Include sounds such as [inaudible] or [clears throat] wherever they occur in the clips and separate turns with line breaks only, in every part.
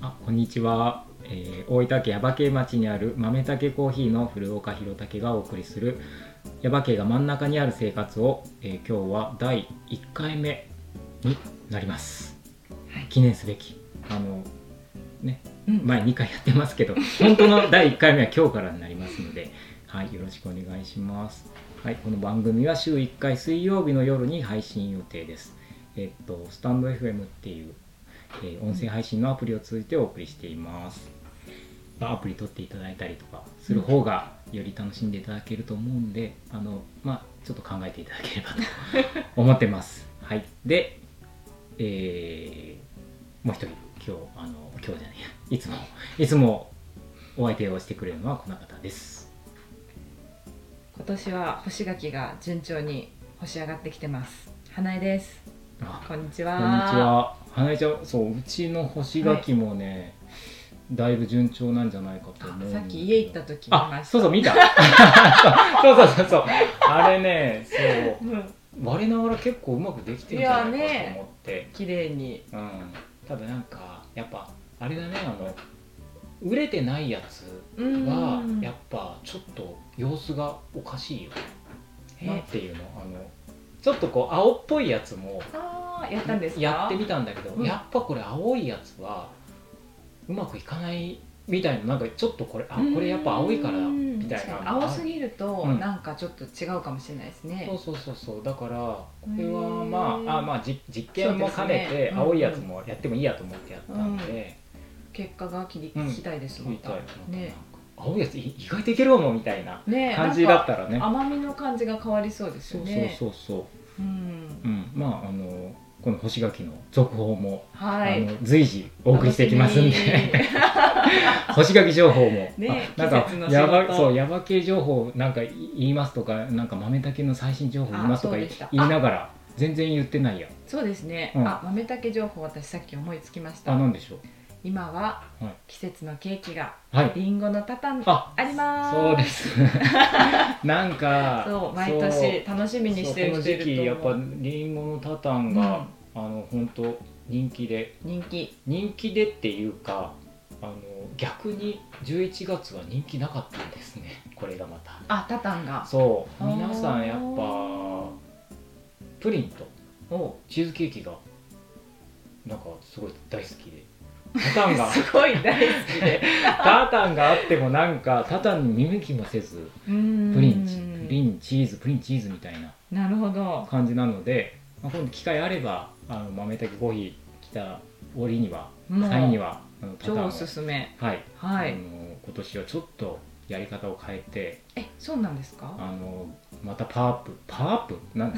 あこんにちは、えー大分県耶馬渓町にある豆竹コーヒーの古岡弘武がお送りする耶馬渓が真ん中にある生活を、えー今日は第1回目になります、
はい
記念すべきあのね
うん
前2回やってますけど本当の第1回目は今日からになりますので、 [laughs] はい、よろしくお願いします、はい、この番組は週1回水曜日の夜に配信予定ですえっとスタンド FM っていう、えー音声配信のアプリを通じてお送りしていますまあアプリ取っていただいたりとかする方がより楽しんでいただけると思うんで、あのまあちょっと考えていただければ
[laughs]
と思ってますはいでえーもう一人今日あの今日じゃないやいつもいつもお相手をしてくれるのはこの方です
今年は干し柿が順調に干し上がってきてます花江です
あ
こんにち
こ
は
んにちは花江ちゃんそううちの干し柿もね、だいぶ順調なんじゃないかと思うんだけど
あさっき家行った時見
あ
まし
そうそう見たそうそうそうそうあれね
た
そう
うん
割れながら結構うまくできてるんじゃないかと思って、
綺麗に
うんただなんかやっぱあれだねあの売れてないやつは
うん
やっぱちょっと様子がおかしいよ
え
なんていうのあのちょっとこう青っぽいやつも
あーやったんですか
やってみたんだけど、
うん
やっぱこれ青いやつはうまくいかないみたいななんかちょっとこれあこれやっぱ青いから
うん
みたい
確
な
かに青すぎると
うん
なんかちょっと違うかもしれないですね、
そうそうそうそうだからこれはまああまあじ実
そう
験も
です
兼
ね
ねて
うん
青いやつもやってもいいやと思ってやったんで、
結果が聞き
うん
聞きたいです、
み
また
たいななん
ね
か青いやつい意外といけるかもみたいな
ね
感じだ
な
っ
ん
たらね
か甘みの感じが変わりそうです
そ
よ
う
ね
そうそうそう
うん
う、うん、まああのこの干し柿の続報も、
は
あ
い
の随時お送りしていきますんで。 [laughs] 干し柿情報も、
ね
あなんか
季節の仕事
やばそうヤバ系情報なんか言いますとかなんか豆竹の最新情報言いますとか
あそ
言
うでした
言いながら全然言ってないや
そうですね、
うん
あ豆竹情報私さっき思いつきまし
あ
た
なんでしょう
今は
はい
季節のケーキが
はい
リンゴのタタン
あ
あります
そうです
[laughs]
なんか
そう毎年楽しみにし
そ
て
う
る
こ
人い
の時期や
る
っ
と
ぱ
思う
りんごのタタンが、あの本当人気で
人気
人気でっていうかあの逆に11月は人気なかったんですねこれがまた
あタタンが
そう
あー
皆さんやっぱプリンと
お
チーズケーキがなんかすごい大好きでタタンが
すごい大好きで
タタンがあってもなんかタタンに見向きもせず
うーん
プリンチプリンチーズプリンチーズみたいな
なるほど
感じなので、まあ、今度機会あればあの豆たけコーヒー来た折には
もう
際にはあのタタン
超
を
おすすめ
はい、
は
あ
い
の今年はちょっとやり方を変えて
えそうなんですか
あのまたパワーアップパワーアップ
[laughs]
なん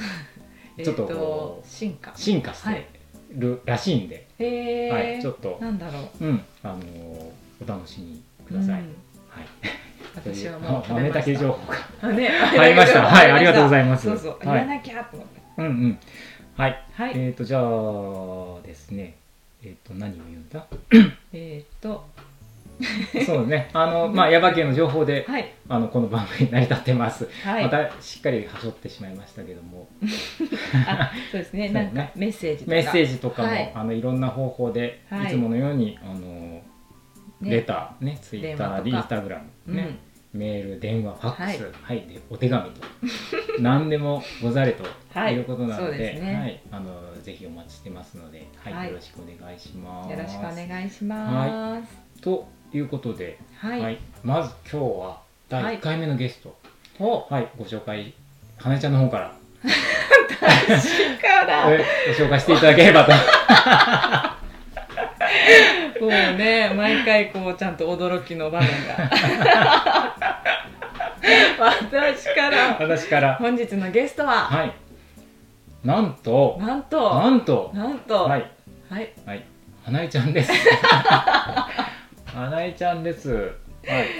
えっ
ちょっと
と進化
進化してるらしいんで、
へ
はい
え
ちょっと、
なんだろう
うん、あのお楽しみください。
うん
はい、とい
私
[laughs]
は
う
もう食べ
豆
ま
た
し
け
た
情報が、
あね
入りましたはいありがとうございます
そうそう言
はい
わなきゃと思って
うんうん、はい、
はい、
えっ、とじゃあですね、えっ、と何を言うん
[laughs]
だ？
えーっと
そうね、あのまあヤバ系の情報で
はい
あのこの番組成り立ってます。
はい、
またしっかりはしょってしまいましたけども、
あそうですね
そうね
なんかメッセージとか
メッセージとかも、
はい
あのいろんな方法で、
はい
い、つものようにあの
ね
レターね、ツイッター、イン
電話とか
スタグラ
う
ム
ん
ね。メール電話ファックス、
は
はいでお手紙と [laughs] 何でもござれと
はい
いうことなの
そう
で,、
ですね
はいあのぜひお待ちしてますので、はい
はい
よろしくお願いします。
よろしくお願いします
ということで、
は
はい
い、 [laughs]
まず今日は第1回目のゲスト、
お
はいご紹介花江ちゃんの方から
から
えご紹介していただければ
[laughs]
と
こうね毎回こうちゃんと驚きの場面
[laughs]
が私から
私から
本日のゲストは
はいなんと
なんと
なんと
なんと
は
はい、
いはい、花江ちゃんです。 [laughs] 花江ちゃんです。はい、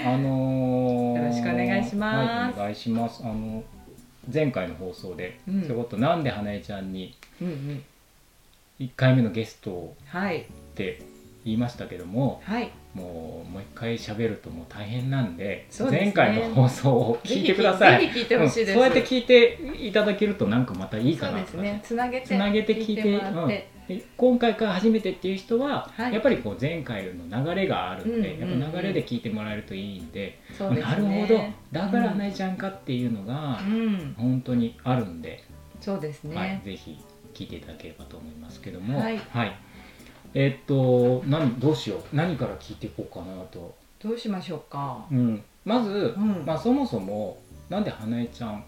あのー
よろしくお願いし
は
ます
い、お願いします。あの前回の放送で、
うん
ちょこっとなんで花江ちゃんに
うんうん
1回目のゲストを
はい
って言いましたけども、
はい
もうもう一回喋るともう大変なんで
そうですね
前回の放送を聞いてください。
ぜひ聞いてほしいです、
うんそうやって聞いていただけるとなんかまたいいか
そう
な
で
と
す
か
ねつなげて
つなげて聞いて
もらって、
で今回から初めてっていう人は、
はい
やっぱりこう前回の流れがあるんで、
うんうんうん
やっぱ流れで聞いてもらえるといいんで
そうですね
なるほどだから花江ちゃんかっていうのが
うん
本当にあるんで、
そうですね、
はい、ぜひ聞いていただければと思いますけども、
はい
えっと何どうしよう何から聞いていこうかなと、
どうしましょうか
うん、まず、
うん
まあ、そもそもなんで花江ちゃん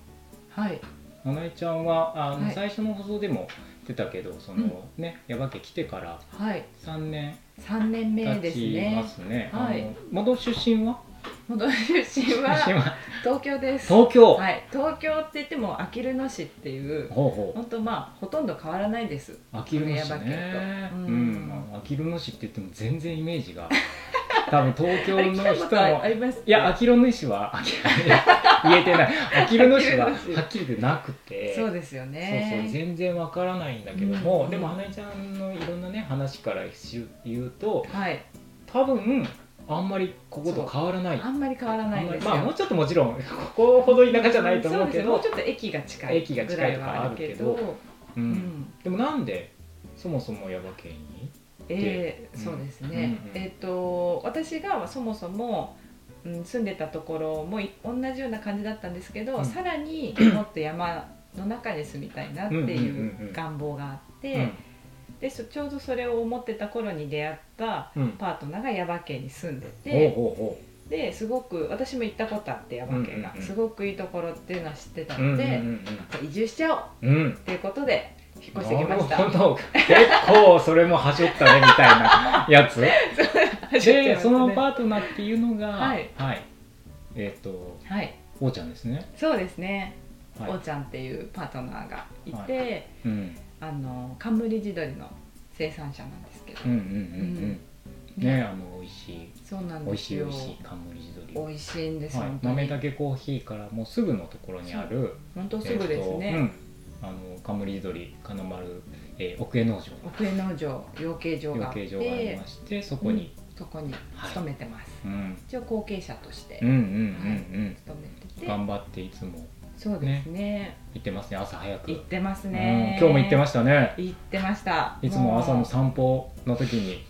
はい
花江ちゃんはあの、
はい
最初の放送でも出たけどその、ね矢場家来てから
はい
3年
三年目
経
です
ちま
ね
すね。
はい
あの。元出身は？
戻る出身
出身
は
は
東京です
東京。
はい東京って言ってもあきる野市っていう
ほうほう。
本当まあほとんど変わらないです
あきる野市ね。
う
うんん。あきる野市って言っても全然イメージが。 [laughs] 多分東京
あれ来
の
た
人
ことあ
も。
ります
いや、あきる野市は、あき [laughs] 言えてない。あきる野市は
あきる野市
はっきり言ってなくて。
そうですよ
そうそう
ね
全然わからないんだけども、
うん
でも花江ちゃんのいろんなね話から言うと
はい
多分あんまりここと変わらない
あんまり変わらないんですよ
まあもうちょっともちろんこ [laughs] こほど田舎じゃないと思うけど
そですねもうちょっと駅が近い
駅が近いとかあるけど
ぐら
う
いはあるけどうんん
でもなんでそもそも矢場県に
えー
うん
そうですね、
うんうん
えっ、と私がそもそも、うん、住んでたところもい同じような感じだったんですけど、
うん
さ
[clears throat]
らにもっと山の中に住みたいなって
んうんうん
いううんう願望があって、でそちょうどそれを思ってた頃に出会った
うんうん
パートナーが耶馬渓に住んで
ほう
て
ほうほ
ですごく私も行ったことあって耶馬渓が、
うんうんうん
すごくいいところっていうのは知ってた
ううん
ので、移住しちゃおう
うんうん
っていうことで引っ越してき
な
ま
る
した。
ほど結構それも走ったねみたい
[laughs]
なやつでそのパートナーっていうのが
はい
えっと
はい
おうちゃんですね
そうですね、
は
おー
い
ちゃんっていうパートナーがいて、
はうん
あの冠地鶏の生産者なんですけど、
うんうんうんうんねあの美味しい
そうなん
美
で
味し
す
い美
よ
味しい冠地鶏
美味しいんです、
はい
本、当に
豆だけコーヒーからもうすぐのところにある
本当すぐですね、
えーとうん、あの冠鳥金丸、えー奥江農場
奥江農場養鶏場
養
があっ
鶏場があり
て
ましてそこに、
そこに勤めてます、
うん、
一応後継者として
うんうんうん
勤めて
うん
て、
頑張っていつも
そうですね
行ってますね朝早く
行ってます
うん
ね、
今日も行ってま
し
したね
た行ってました
いつも朝
も
の
う
散歩の時に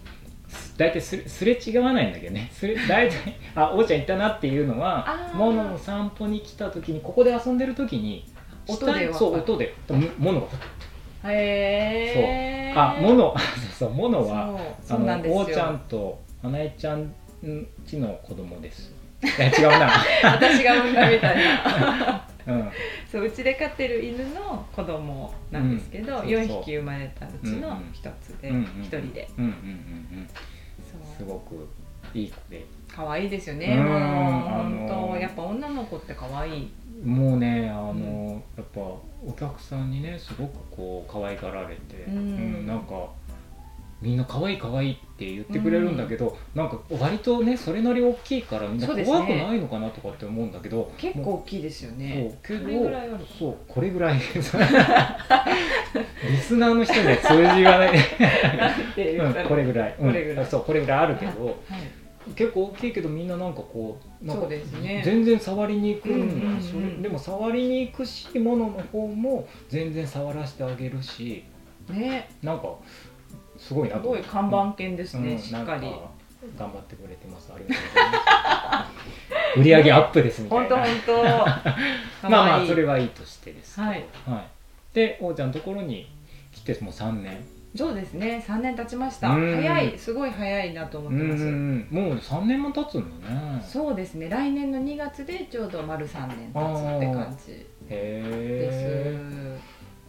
す大体すれすれ違わないんだけどねすれ大体あおうちゃん行ったなっていうのは
あー
モノの散歩に来た時にここで遊んでる時に
音で
下に
わ
そう音でモノが
へえ
あモノそうそうモノは
そ
あ
うそうなんです
の
よ
おーちゃんと花江ちゃんちの子供です。いや違う
[laughs]
な。
私が産んだみたいな
うん。
そううちで飼ってる犬の子供なんですけど、
うん
四
そうそう
4匹生まれたうちの一つで
うんうん
一人で
うんうんうんうん。す
そう
ごくいい子で、
可愛いですよね
うん
もう
あの
本当、やっぱ女の子って可愛い
もうねあの、
うん
やっぱお客さんにねすごくこう可愛がられて、
うん
なんか。みんな可愛い可愛いって言ってくれるんだけど、なんか割とねそれなり大きいからみんな
そう
怖
ですね
くないのかなとかって思うんだけど、
結構大きいですよね
そうけど
これぐらいある
そうこれぐらい [laughs] リスナーの人には通じがない
なんて言ったら、
うん、これぐらい、うん
これぐらい
そうこれぐらいあるけど
はい
結構大きいけどみんななんかこうなん
そ
か
うですね
全然触りに行くんだよ
うんうんうん
それでも触りに行くしものの方も全然触らせてあげるし
ね
なんかすごいな
す
と思
ご
う
い看板犬ですね、
うん
しっかり
なん頑張ってくれてますありがとうございます
[laughs]
売り上げアップですみた
本
い
当
な
本当
[laughs] まあまあそ
そ
れはいいとしてですけど
はい
で王ちゃんのところに来てもう3年
そうですね3年経ちました
うん
早いすごい早いなと思ってます、
うんもう3年も経つんだね
そうですね来年の2月でちょうど丸3年経つって感じです、
へえ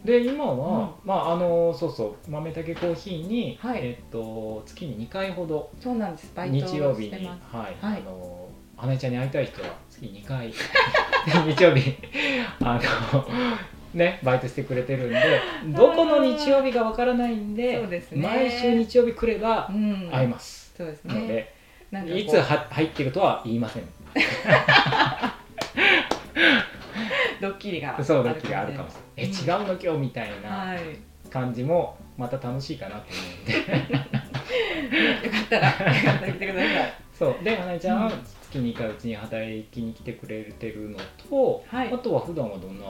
で今は、まああのそうそう豆竹コーヒーに、
はい
えっと月に2回ほど
そうなんですバイトを
日曜日
して
に、は
ま
い
す
あ
はい
の花江ちゃんに会いたい人は月2回 [laughs] 日曜日あのねバイトしてくれてるんでどこの日曜日がわからないんで
そうですね
毎週日曜日来れば
うん
会えます、
そうです
なの
ね
で、
なん
い
こ
つは入ってるとは言いません
うドッキリが
そう時があるかもしれない、
うん
え違うの今日みたいな
はい
感じもまた楽しいかなと思うんで
よかったらよかったら来てください
そうで花江ちゃんは月に1回うちに働きに来てくれてるのと、
は
[laughs]
い
あとは普段はどんな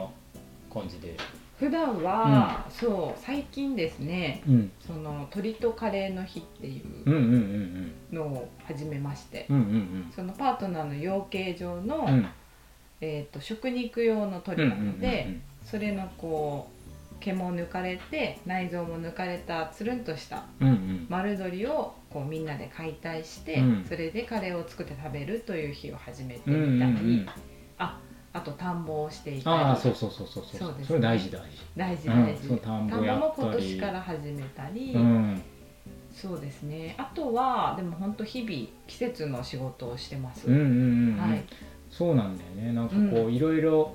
感じで、
普段は、そう最近ですね
うん、
その鳥とカレーの日ってい
うんうんうん
うのを始めまして、
うんうんうん
そのパートナーの養鶏場の、
うんうん
えー、と食肉用の
うんう
鳥
ん
なので、それのこう毛も抜かれて内臓も抜かれたつるんとした
うんうん
丸鶏をこうみんなで解体して、
うん
それでカレーを作って食べるという日を始めて
うんうんうん
み
う
たり、
ん
あと田んぼをしてい
あ
た
あ
り
そうそうそうそうそう
そうですね
れ大事大事
大事
うん
大事、
そう田ん
田
ぼ
んぼ
や
も今
ったり
年から始めたり、
うん
そうですねあとはでも本当日々季節の仕事をしてます、
うんうんうんうん、
はい
そうなんだよねなんかこういろいろ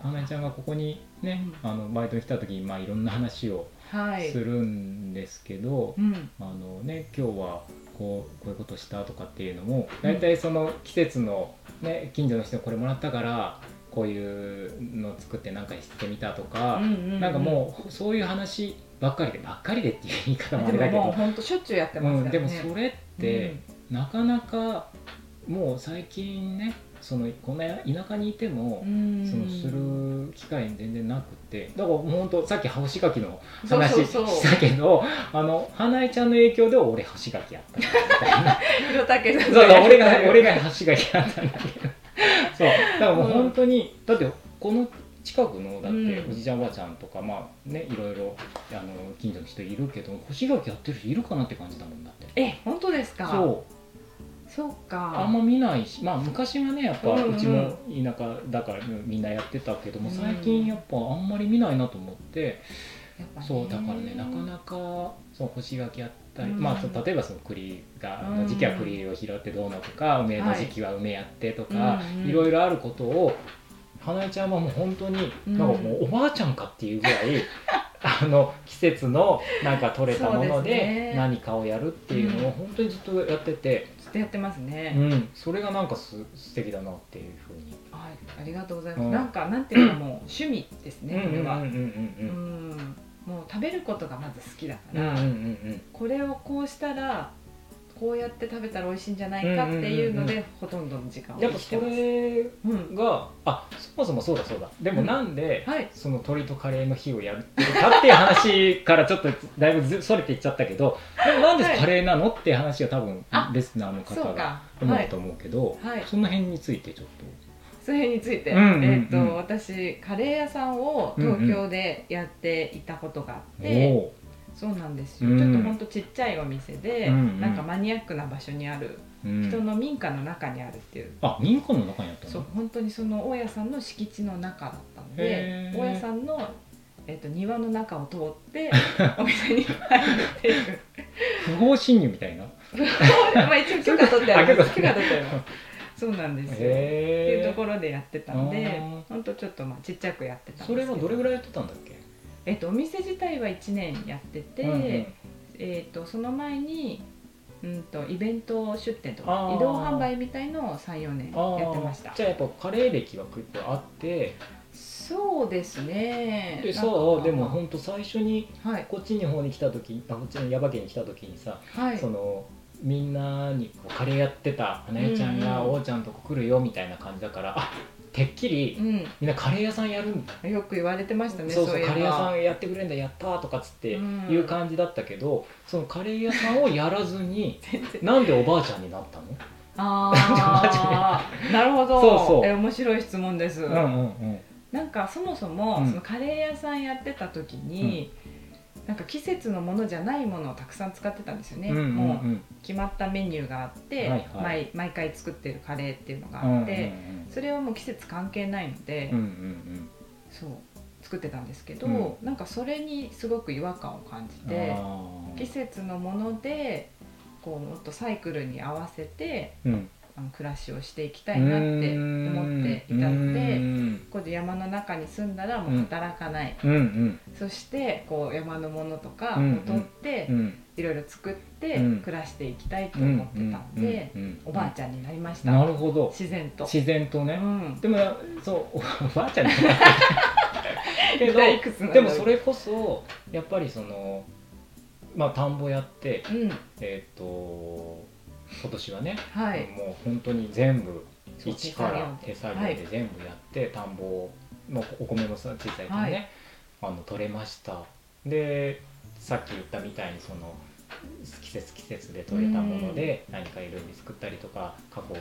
花江ちゃんがここにね、あのバイトに来た時にまあいろんな話を
はい
するんですけど、
うん
あのね今日はこうこういうことしたとかっていうのも大体その季節の、ね、近所の人にこれもらったからこういうの作って何かしてみたとか、なんかもうそういう話ばっかりでばっかりでっていう言い方もあれ
で
だけ
ももう
ど、
本当しょっちゅうやって
う
ます
ん、
か
で
ら
も
ね、
それって、なかなかもう最近ねそのこんな田舎にいても
う、ん
そのする機会全然なくてだからもうほんとさっき干し柿の
そうそ
話
うそう
したけどあの花江ちゃんの影響で俺干し柿やったみたい
[laughs]
な
黒竹さ
そ
ん
うそう俺が俺が干し柿やったんだけどそうだからもう本当に、だってこの近くのだって
うん
おじいちゃんおばあちゃんとかまあねいろいろあの近所の人いるけど干し柿やってる人いるかなって感じだもんだって
え本当ですか
そう
そうか
あんま見ないしまあ昔はねやっぱ
うんうん
うちも田舎だからみんなやってたけども
うん
最近やっぱあんまり見ないなと思って
やっぱね
そうだからねなかなかそう干し柿やったり
うん
まあそう例えばその栗が
うん
の時期は栗を拾ってどうのとか梅の時期は梅やってとか
うんうん
いろいろあることを花江ちゃんはもう本当に
うん
なんかもうおばあちゃんかっていうぐらい
[laughs]
あの季節のなんか取れたも
そ
の
うです
で
ね
何かをやるっていうのを
うん
本当にずっとやってて。
ずっとやってますね、
うん、それがなんかす素敵だなっていうふうに。
はいありがとうございます、
うん
なんかなんていうかもう趣味ですねこれは
うんうん
うんもう食べることがまず好きだか
うんうんうんう
ら、
んうん
これをこうしたらこうやって食べたら美味しいんじゃないかっていうので、ほとんどの時間
う
を
ん。やっ
生
ぱそ
きてます
れ
うん
があそもそもそうだそうだでもなんで、
はい
その鳥とカレーの日をやるかっていう話からちょっとだいぶずそれていっちゃったけどでもなんで
はい
カレーなのっていう話が多分
あ
レスナーの
そ
方が
うか
思
は
う
い
と思うけど、
はい
その辺についてちょっ
その辺について、
うんうんうん
えっ、と私カレー屋さんを東京でやっていたことがあっ
と。
て、
お
そうなんですよ、
うん
ちょっとほんとちっちゃいお店で、
うんうん
なんかマニアックな場所にある、
ーうん
人の民家の中にあるっていう
あ民家の中にあったの
そう本当にその大家さんの敷地の中だったの
へー
で大家さんの、えっと庭の中を通って [laughs] お店に入っていく
不法侵入みたいな。
まあ一応許可取ってあります
そういうこと
許可取ってありますそうなんですよ、っていうところでやってたん
あ
で
ー
ほんとちょっとまあちっちゃくやってたんです
そ
け
れ
ど
はどれぐらいやってたんだっけ
えっとお店自体は1年やってて、
うんうん
えー、とその前に、うん、とイベント出店と
あ
か
ー
移動販売みたいのを34年
ああ
やってました
じゃあやっぱカレー歴は結構あって
そうですね
で
な
さ
んか
あでも本当最初に
はい
こっちの方に来た時あこっちの矢場家に来た時にさ、
はい
そのみんなにこうカレーやってた花江ちゃんが
うんうん
おうちゃんとこ来るよみたいな感じだから、あてっきり
う
みんなカレー屋さんやるんだ、
ん、よく言われてましたね
そう
そ
そう
ういえば
カレー屋さんやってくれるんだやったーとかっつって
うん
いう感じだったけど、そのカレー屋さんをやらず
[laughs]
に
全
[laughs]
然
なんでおばあちゃんになったの
ああなるほど
そうそう
え面白い質問です、
うんうん
なんかそもそも、
うん
そのカレー屋さんやってた時に、なんか季節のものじゃないものをたくさん使ってたんですよね、
うんうんうん
もう決まったメニューがあって、
はいはい
毎毎回作ってるカレーっていうのが
うんうん
あ
う
って、
ん
それはもう季節関係ないので、
うんうん
そう作ってたんですけど、
う
なんかそれにすごく違和感を感じ
うん
て
あー
季節のものでこうもっとサイクルに合わせて
うん
あの暮らしをしていきたいなって思っていたの
う
で。
ん
こう山の中に住んだらもう働かない、
うんうん
そしてこう山のものとか
うん
を取って
うん
いろいろ作って
うん
暮らしていきたいと
うん
思ってたんで
うんうん
おばあちゃんになりました
なるほど
自然と。
自然と
う
ね
ん
でもそうおおばあちゃんじゃないけど
一体いくつなんだろう
でもそれこそやっぱりそのまあ田んぼやって
うん
えっ、と今年はね、
はい
もう本当に全部
そう
一から手
手
作
作
業
業で
で全部やって、田んぼをもうお米もさ小さいと
は
ね、あの取れましたでさっき言ったみたいにその季節季節で取れたもので何かいろいろ作ったりとか加工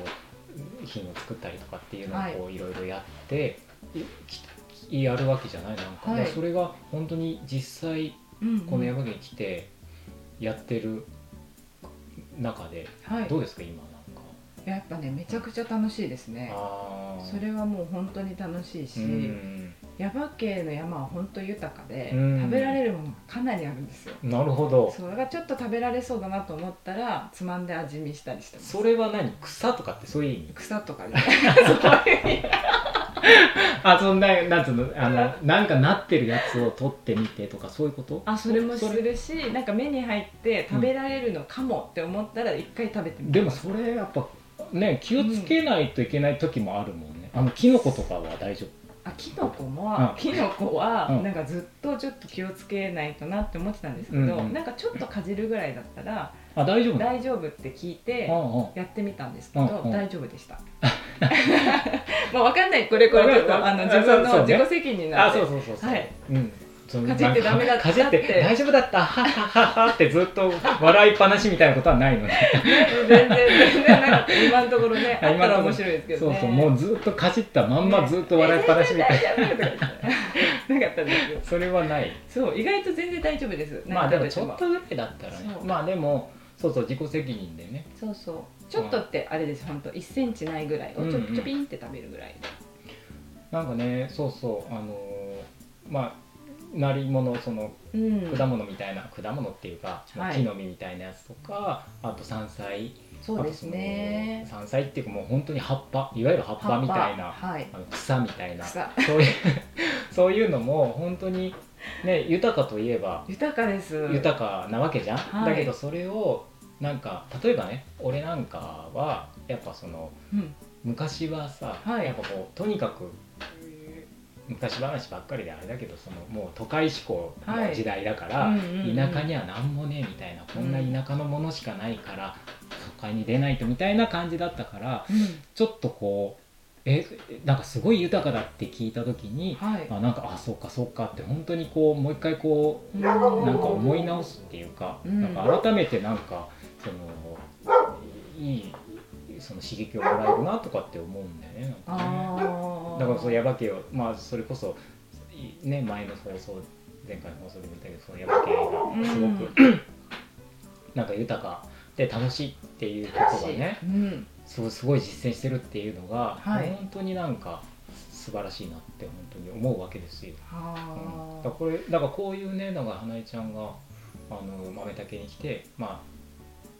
品を作ったりとかっていうのをこういろいろやって、いきやるわけじゃないなんかね、
はい
それが本当に実際
うん
この山に来てやってる中で
はい
どうですか今なんか。
やっぱねめちゃくちゃ楽しいですね
あー
それはもう本当に楽しいし、
うん
耶馬渓の山は本当豊かで、
うん
食べられるものがかなりあるんですよ
なるほど
それがちょっと食べられそうだなと思ったらつまんで味見したりしてます
それは何草とかってそういう意味
草
[laughs]
とかでそういう意味
あそんななんつうのあのなんかなってるやつを取ってみてとかそういうこと
あそれもするしなんか目に入って食べられるのかもって思ったら一回食べてみて
でもそれやっぱね気をつけないといけない時もあるもんね、あのキノコとかは大丈
あキノコ
う
も
ん
キノコは
うん
なんかずっとちょっと気をつけないとなって思ってたんですけ
う
ど、
んうん
なんかちょっとかじるぐらいだったら
夫あ大丈夫なの
大丈夫って聞いて
うんうん
やってみたんですけど、
うんうん
大丈夫でした [laughs] まあわかんないこれこれちょっとあの自分
そう
の
ね
自己責任な
あ
んで
そうそうそうそう、
はい
うんその
かじってダメだった
かじって
って
大丈夫だった [laughs] はっはっはっはってずっと笑いっぱなしみたいなことはないのね
全然全然なかった今のところね
あ
あ
今のところ
ったら面白いですけど
そう
ね
そうもうずっとかじったまんまずっと笑いっぱなしみたいな、
大丈夫とか言ってなかったんですよ
それはない
そう意外と全然大丈夫です
まあでもちょ
なん
っ
か
とぐらいだったらね
そう
まあでもそうそう自己責任でね
そうそうちょっとってあれです本当1センチないぐらいをち
う
ょ
んうん
ちょびんって食べるぐらいで
なんかねそうそうあのーまあなりものその
うん
果物みたいな、果物っていうか、まあ
はい
木の実みたいなやつとかあと山菜
そうです
あと
ね
その山菜っていうかもう本当に葉っぱいわゆる葉っぱみたいな、
はい
あの草みたいな
草
そういう [laughs] そういうのも本当にね豊かといえば
豊かです
豊かなわけじゃん、
はい
だけどそれをなんか例えばね俺なんかはやっぱその
うん
昔はさ、
はい
やっぱこうとにかくえー昔話ばっかりであれだけどそのもう都会志向の時代だから、
はいうんうんうん
田舎には何もねえみたいなこんな田舎のものしかないから、都会に出ないとみたいな感じだったから
うん
ちょっとこうえなんかすごい豊かだって聞いた時に、
はい
あなんかあそうかそうかって本当にこうもう一回こう
うん
なんか思い直すっていうか,、
うん
なんか改めてなんかそのいいその刺激をもらえるなとかって思うんだよねなんかね
ああ
だからそうヤバ系をまあそれこそ、いね、前の放送前回の放送でも言ったけどそのヤバ系がすごく、なんか豊かで楽しいっていうことがね
うん
そうすごい実践してるっていうのが、
はい
本当になんか素晴らしいなって本当に思うわけですよ。うん
あ
だから
ー
これだからこういうねだから花江ちゃんがあの豆竹に来てまあ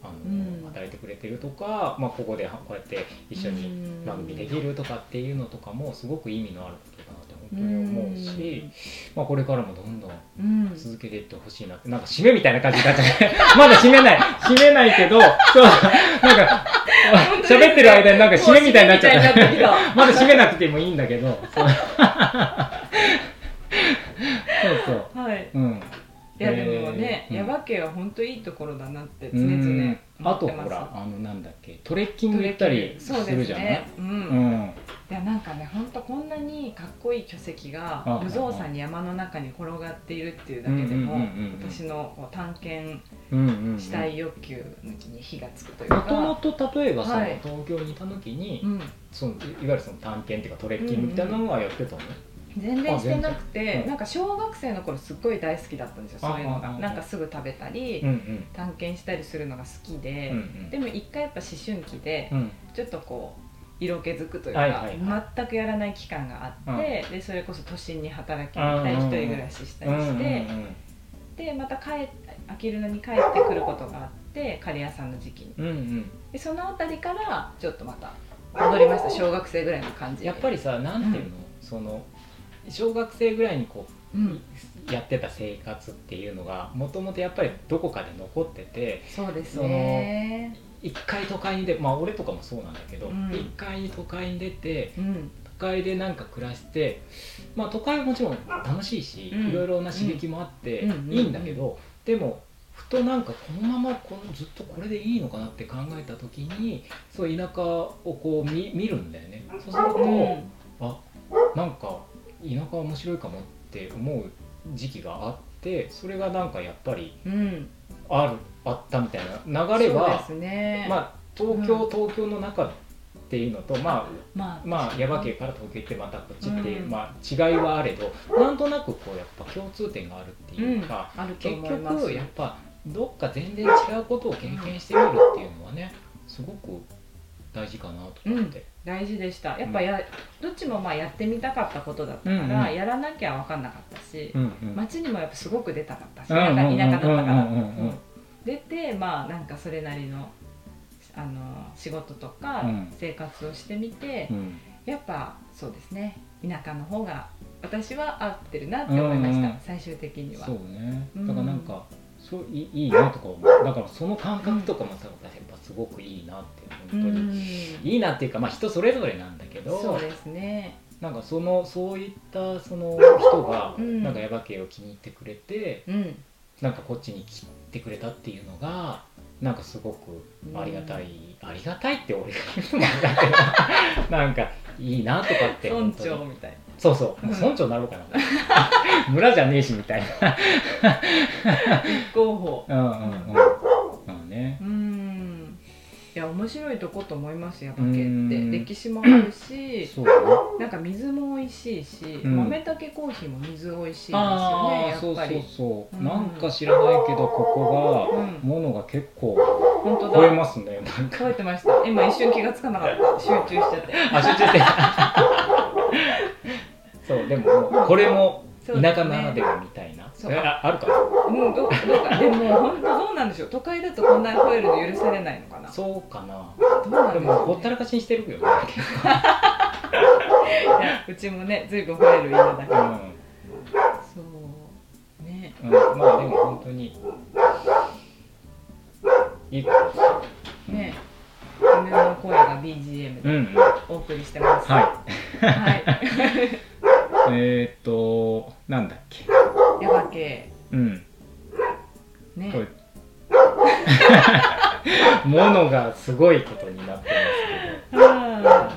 あの、
うん
働いてくれてるとか、まあ、ここではこうやって一緒に番組できるとかっていうのとかもすごく意味のあることだなって本当に思うし、まあ、これからもどんどん
うんうん
続けていってほしいなってなんか締めみたいな感じになっちゃう [laughs] まだ締めない締めないけどそうなんか
本当ですね
[laughs] 喋ってる間になんか締めみたいになっちゃった
もう締めみたいになってきた
まだ締めなくてもいいんだけ
[laughs]
どそうそうそう [laughs]
はい
うん
いやでもね、
えー
耶馬渓は本当いいところだなって
う
常々思って
んあ
ます
とほらあのなんだっけトレッキング行ったりす
そうです
るじゃない
ね、うん
う、
い
ん
やなんかね本当こんなにかっこいい巨石
あ
が無造作に山の中に転がっているっていうだけで
うん
も
うんうんうんうん
私のこう探検
うんうんうん
したい欲求に火がつくという
もとも
か、
と例えばその
はい
東京にいた時に、
うん、
そのいわゆるその探検っていうかトレッキングみたいなのはやってたの、
全然してなく
然
て、
うん
なんか小学生の頃すっごい大好きだったんですよそういうの
ああ
が
あ
なんかすぐ食べたり、
うんうん
探検したりするのが好きで、
うんうん
でも一回やっぱ思春期で
うん
ちょっとこう色気づくというか、
はいはいは
全くやらない期間があって、でそれこそ都心に働きに行ったり
うんうん
一
うん
人暮らししたり
うん
し
う
て、
ん
でまた帰あきるのに帰ってくることがあって刈谷さんの時期に
うんうん
でその辺りからちょっとまた戻りました小学生ぐらいの感じ
やっぱ
り、
りさなんていうの、その小学生ぐらいにこう、
うん、
やってた生活っていうのがもともとやっぱりどこかで残ってて
そうですね
一回都会に出まあ俺とかもそうなんだけど
うん
一、回都会に出て
うん
都会でなんか暮らしてまあ都会はもちろん楽しいし、
うん
いろいろな刺激もあって
うん
いいんだけど、でもふとなんかこのままこのずっとこれでいいのかなって考えた時にそう田舎をこう見見るんだよねそうすると、
うん
あなんか田舎面白いかもって思う時期があってそれがなんかやっぱり
うん、
あるあったみたいな流れは、
そうですねまあ
まあ東京、東京の中っていうのとまあ
まあ、
まあ耶馬渓から東京行ってまたこっちって、
うん
まあ、違いはあれどなんとなくこうやっぱ共通点があるっていうか、
あると
結
思います
局やっぱどっか全然違うことを経験してみるっていうのはねすごく大事かなと思って。
大事でしたやっぱや、どっちもまあやってみたかったことだったから、
うんうん
やらなきゃ分かんなかったし、
うんうん
街にもやっぱすごく出たかったし、
うんうんうん
なんか田舎だっ
うんう
たから、
んうんうん
うん出てまあなんかそれなりのあの仕事とか
うん
生活をしてみて、
うん
やっぱそうですね田舎の方が私は合ってるなって思いました、
うんうん
最終的には
そうね
うん
だからなんか、そういいいいなとか思うだからその感覚とかも多分やっぱすごくいいなって本当に、
うん
いいなっていうかまあ人それぞれなんだけ
そ
ど
うですね
なんかそのそういったその人が
うん
なんか耶馬渓を気に入ってくれて、
うん
なんかこっちに来てくれたっていうのがなんかすごくありがたい、ありがたいって俺が言うのもあれだけど [laughs] なんかいいなとかって
村
本当に
長みたいな
そうそう、
うん
村長になろうかな村じゃねえしみたいな
候補
うんうんうん。まあね。
うんいや面白いとこと思います耶
う
馬渓って
ん
歴史もあるし
そうよ。
なんか水も美味しいし、
うん
豆たけコーヒーも水美味しいですよね
あ
や
あ、そ
っ
うそ
ぱ
う
り
そう。
うん
なんか知らないけど、ここが、
うん
ものが結構
本当だ
超えます [laughs] ね。なんか。
超えてました今一瞬気がつかなかった集中しちゃって
あ、集中して。そう、でももう、これも
そう
田舎ならではみたいな。
そう
えああるか
うんどうどうかでも本当どうなんでしょう都会だとこんな吠えるの許されないのかな
な。そうかな。
どうなん
で
でし
も、
ょ
ほ
う、
った
ね、
らかしにしてるよね。
いやうちもねずいぶん吠える家だ
う
から
ん。
そうね
うん、まあ、でも、本当に。いいことですよ
ね夢の声が BGM
うん
で
うん。
お送りしてます、
はい
はい、
えー、っと、なんだっけ。
耶馬渓
うん。
ね
これ [laughs] ものがすごいことになって
あ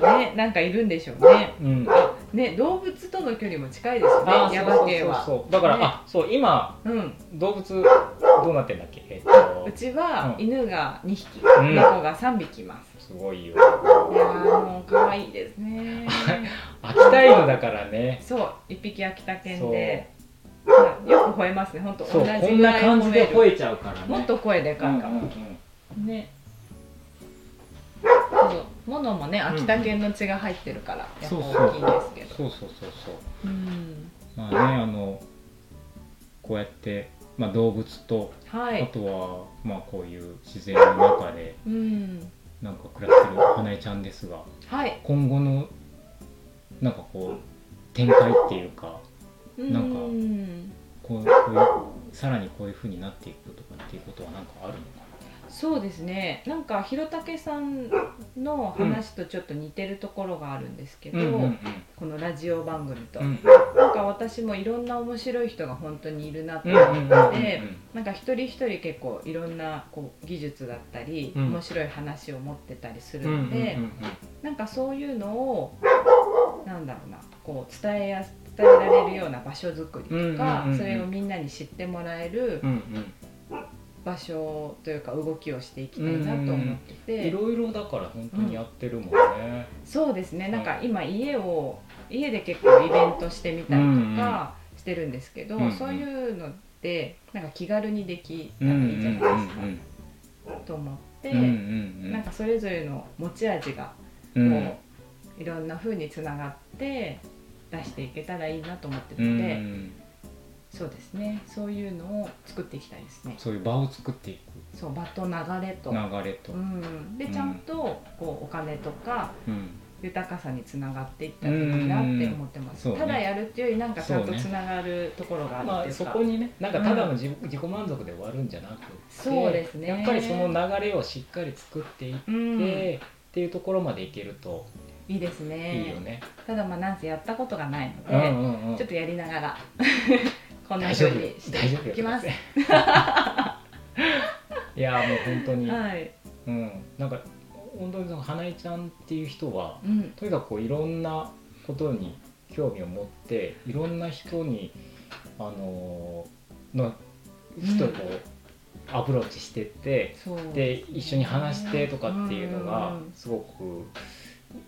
ーねなんかいるんでしょうね
ますけど、うん、
ね動物との距離も近いですね
あー
耶馬渓
そ
は
うそうそうそうだから、
ね
あそう今
うん
動物どうなってんだっけえっと
うちは
うん
犬が2匹、
ん
猫が3匹います
すごいよ
いやーもう可愛いですね
[laughs] 秋田犬だからね
そう1匹秋田
そ
犬
う
でまあよく吠えますね本当
そ
同
う
じ
こん
ぐ
な
らい
感じで
吠える
吠えちゃうからね
もっと声でかいか
うんうんう
も、
ん
ねそうモノもね秋田犬の血が入ってるから、やっぱ
そうそう
大きいんですけど
そうそうそうそう
うん
まあねあのこうやって、まあ、動物と、
は
あ
い
とは、まあ、こういう自然の中で
うん
なんか暮らしてる花江ちゃんですが
はい
今後のなんかこう展開っていうかなんか
うん
こうこういうさらにこういうふうになっていくとかっていうことはなんかあるのか
そうですねなんか弘武さんの話とちょっと似てるところがあるんですけど、
な。
このラジオ番組と、
うん
なんか私もいろんな面白い人が本当にいるなって
う
思って、
んうん
なんか一人一人結構いろんなこう技術だったり、
うん
面白い話を持ってたりする
うんうん
ので、
うん
なんかそういうのをなんだろうなこう伝えや伝えられるような場所づくりとか、
うんうんうんうん
それをみんなに知ってもらえる
うんうん
場所というか動きをしていきたいなと思ってて。
いろいろだから本当にやってるもんね。
そうですねなんか今家を家で結構イベントしてみたりとかしてるんですけど、
うんうん
そういうのってなんか気軽にできた
うん
ら
う
い
ん
いじゃないですか、と思って、
うんうん
なんかそれぞれの持ち味が
う
こう、
ん
いろんな風につながって出していけたらいいなと思って
う
るので、
ん
そうですねそういうのを作っていきたいですね
そういう場を作ってい
そう場と流れ
く
と、
流れと
う。ん、でちゃんとこうお金とか
うん
豊かさにつながっていったらいいなって思ってます、
うんうんうんそうね
ただやるっていうよりなんかちゃん
そ
と
うね
つながるところが
ま
ある
あ
ってい
そう
か、
こにねなんかただの自,、自己満足で終わるんじゃなくて
そうですね
やっぱりその流れをしっかり作っていって、
うん、い
っていうところまでいけると
いです
い
ね
いよね、
ただまあなんせやったことがないので、
うんうんうん [laughs]
ちょっとやりながらこんな
大
ふ
丈
う
夫
にして
大丈夫
いきます
よいやもう本当に、
はい、
うん、なんか本当にその花井ちゃんっていう人は
うん、
とにかくこういろんなことに興味を持っていろんな人にあのーの人をこうアプローチしてって、
そう
で一緒に話してとかっていうの
う
が
ん
すごく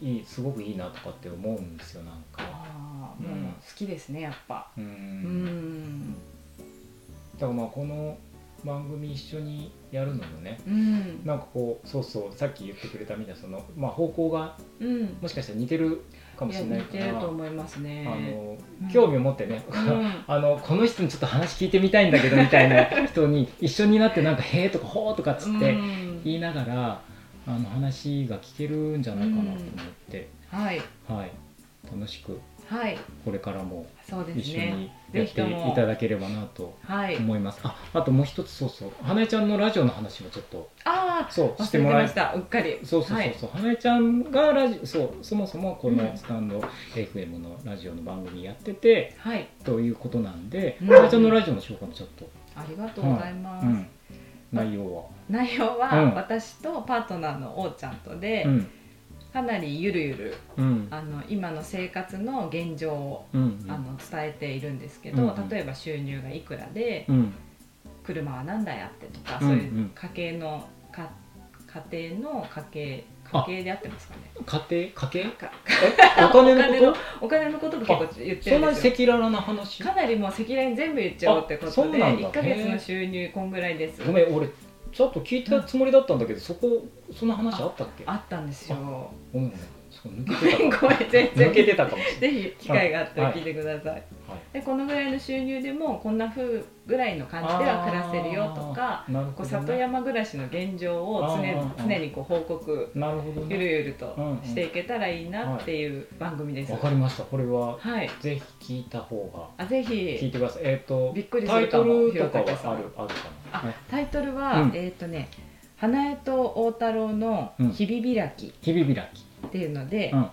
いいすごくいいなとかって思うんですよなんか。
ああ、
うん
もう好きですねやっぱ
う
うんん
だからまあこの番組一緒にやるのもね
うん
なんかこうそうそうさっき言ってくれたみたいなその、まあ、方向が
うん
もしかしたら似てるかも
い
し
や
れない
似
か
てる
ら
と思いますね
あの
うん
興味を持ってね、
うん
[laughs] あのこの人にちょっと話聞いてみたいんだけどみたいな人に一緒になってなんか「へえ」とか「ほー」とかっつっ
う
て
ん
言いながら、あの話が聞けるんじゃないかなと思って、
はい
はい、楽しく
はい
これからも
そうですね
一緒にや
ぜ
っ
ひと
て
も
いただければなと
はい
思います。ああともう一つそうそう花江ちゃんのラジオの話もちょっと
ああ
そうし
忘
て
れ
も
て
ら
ま
い
したうっかり
そうそうそうそう、花江ちゃんがラジそうそもそもこのスタンド FM のラジオの番組やってて、
はい、はい、
ということなんで、
うん
花江ちゃんのラジオの紹介もちょっと、
ありがとうございます、
うん、内容は、
内容
う
は
ん
私とパートナーのおうちゃんとで、
うん
かなりゆるゆる
うん
あの今の生活の現状を
うん
あの伝えているんですけど、
うんうん
例えば収入がいくらで、
うん
車は何台あってとか、
うん
そううんいう家計のか家庭の家計
あ
家計であってますかね
家庭家計
か [laughs]
えお金のこと
お金のことと結構言って
そ
る
ん
ん
なに
ですよ
赤裸々な話
かなりもう赤裸々に全部言っちゃおうってこ
あそ
と
う
で
なんだ
1ヶ月の収入こんぐらいです
ごめん俺ちょっと聞いたつもりだったんだけど、そこその話あったっけ
あったんですよ
ごめんごめんそこ抜
ごめ
けて
ん
た
ご
[laughs]
めん全然
抜けてたかもしれない
ぜひ機会があったら聞いてください、
はい
でこのぐらいの収入でもこんな風ぐらいの感じでは暮らせるよと
あ
か
ーなる
こ
ほ
う
どね
里山暮らしの現状を常
あー
常にこう報告
なるほど
ゆ
ね
るゆるとしていけたらいいなっていう番組です。
わかりましたこれは
はい、
ぜひ聞いた方が
あぜ
聞い
ひ
てくださいえっ、と
びっくりす
タイ
るか
ト
も
ルと
広
か
竹さん
はあるあるかな
あ
ね
タイトルは、
うん
えっ、とね「花江と大太郎の日々開き」
日々開き、
っていうので
うんうん、こ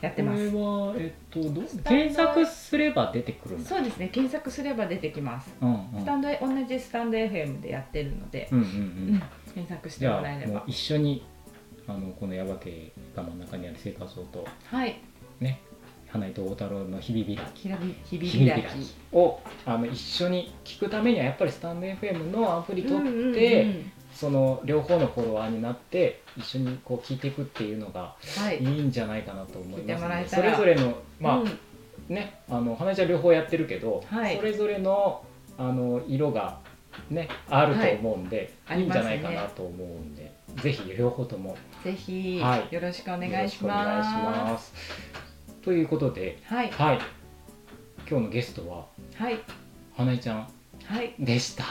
やって
れ
ます、
はえっ、とどう検索すれば出てくるんだ
そうですね検索すれば出てきます
うんうん
スタンド同じスタンド FM でやってるので、
うんうんう
うん
ん、
検索して
じゃ
も
あ
らえれ
もう
ば
一緒にあのこの矢場家が真ん中にある生活をと
はい
ね花井と大太郎の日々開き
ひらび日
日
々
々
開
開
き
きをあの一緒に聞くためにはやっぱりスタンド FM のアプリ取って、
うんうんうん
その両方のフォロワーになって一緒にこう聞いていくっていうのが
はい
いいんじゃないかなと思い
聞い
ま
て
す
もらえ
ね
た
そ
ら
れぞれのま
うん
あねあの花江ちゃん両方やってるけど、
はい
それぞれのあの色がねあると思うんで、、
はいい
いんじゃない
あ
か
りますね
なと思うんで、ぜひ両方とも
ぜひ
はい
よろしくお
お
願いし
願いし
ま。
ますす。ということで、
はい
はい、今日のゲストは
はい
花江ちゃん
はい
でした。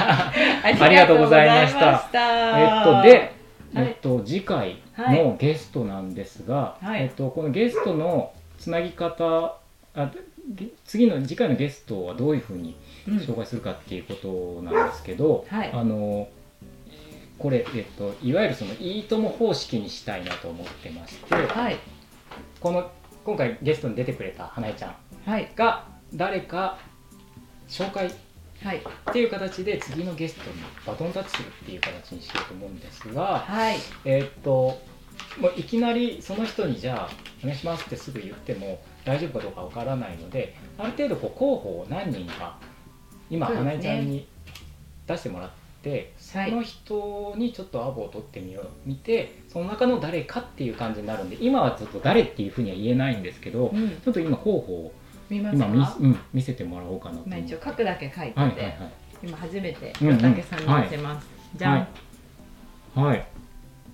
あ
りがとうございました
りがとうございま
えっ
した
とで、
はい
えっと次回
は
のゲストなんですが、
はい
えっとこのゲストのつなぎ方あげ次の次回のゲストはどういうふうに
うん
紹介するかっていうことなんですけど、
はい
あのこれ、えっと、いわゆるそのいいとも方式にしたいなと思ってまして、
はい
この今回ゲストに出てくれた花江ちゃん
はい
が誰か紹介っ
はい
ていう形で次のゲストにバトンタッチするっていう形にしようと思うんですが、
はい
えーっともういきなりその人にじゃあお願いしますってすぐ言っても大丈夫かどうかわからないのである程度こう候補を何人か今
そうです
花
ね
江ちゃんに出してもらってそ,、
はい
の人にちょっとアボを取ってみよう見てその中の誰かっていう感じになるんで今はちょっと誰っていうふうには言えないんですけど、
うん
ちょっと今候補を
見ます
今見,、
か
うん、見せてもらおうかなと思
今
っ
一
て
応。書くだけ書いてて、
はいはいはい
今初めて
うんうん
岩竹さんに見せます、じゃん、
はいはい、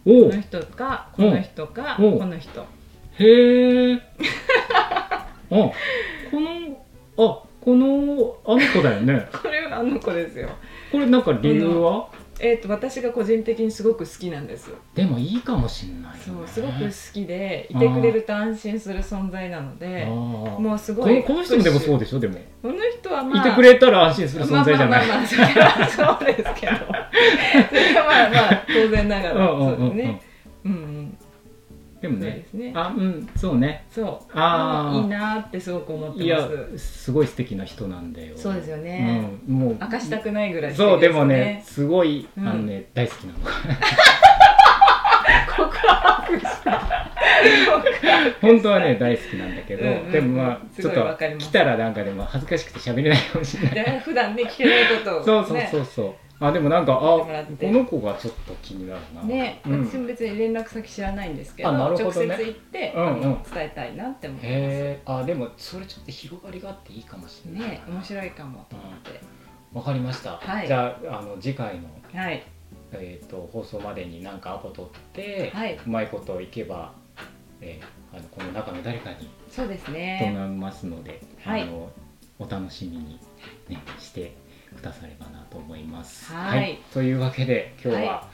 お
こ
お
の人かこの人か
うん
この人
へえ。あ、この、あ、この、あの子だよね。
これはあの子ですよ
これなんか理由は。
えっ、と私が個人的にすごく好きなんです
でもいいかもしれないよね。
そうすごく好
あ
きでいてくれると安心する存在なので
ー
もうすご
この
い
この人もでもそううでしょでも、
この人はまあ
いてくれたら安心する存
まあ
在じゃない、
まあまあまあそれはそうですけどそれはまあまあ当然ながら
うん
そう
うん
で
うんうん
すねうんうん
でも
そう
ね
ですね
あうんそうね
そう
あー
いいなーってすごく思っ
い
てま
や
す
すごい素敵な人なんだよ
そうですよね、
うん、もう
明かしたくないぐらい素
そう
敵
ですも
よ
ねすごい、
うん
あのね大好きなの
告白した
本当はね大好きなんだけど、
うんうんうん
でもまあ
す
ち
ご
ょ
い
っ
わ
と
かります
来たらなんかでも恥ずかしくて喋れないかもしれない
で普段ね聞けないことを、ね、
そうそうそうそう、あでもなんかあ
やって
こ
もらって
の子がちょっと気になるな
ね、
うん
私も別に連絡先知らないんですけど
あなるほ
直
ど
接
ね
行って、
うんうん
あの伝えたいなって思って
へえあでもそれちょっと広がりがあっていいかもしれない
ね面白いかもと思って
わかりました、
はい
じゃああの次回の、
はい
えー、と放送までになんかアポ取って、
はいう
まいこといけば、えーあのこの中の誰かに
そうです
と
ね
なりますので、
はい
あのお楽しみに、ね、してくださればなと思います。
はい
というわけで今日は、
は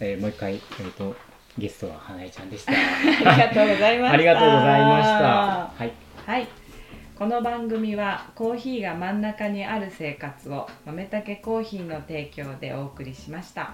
えーもう一回、えー、とゲストは花江ちゃんで
[laughs]
した。
[laughs] ありがとうございました
ありがとうございました。はい、
はい。この番組はコーヒーが真ん中にある生活を豆たけコーヒーの提供でお送りしました。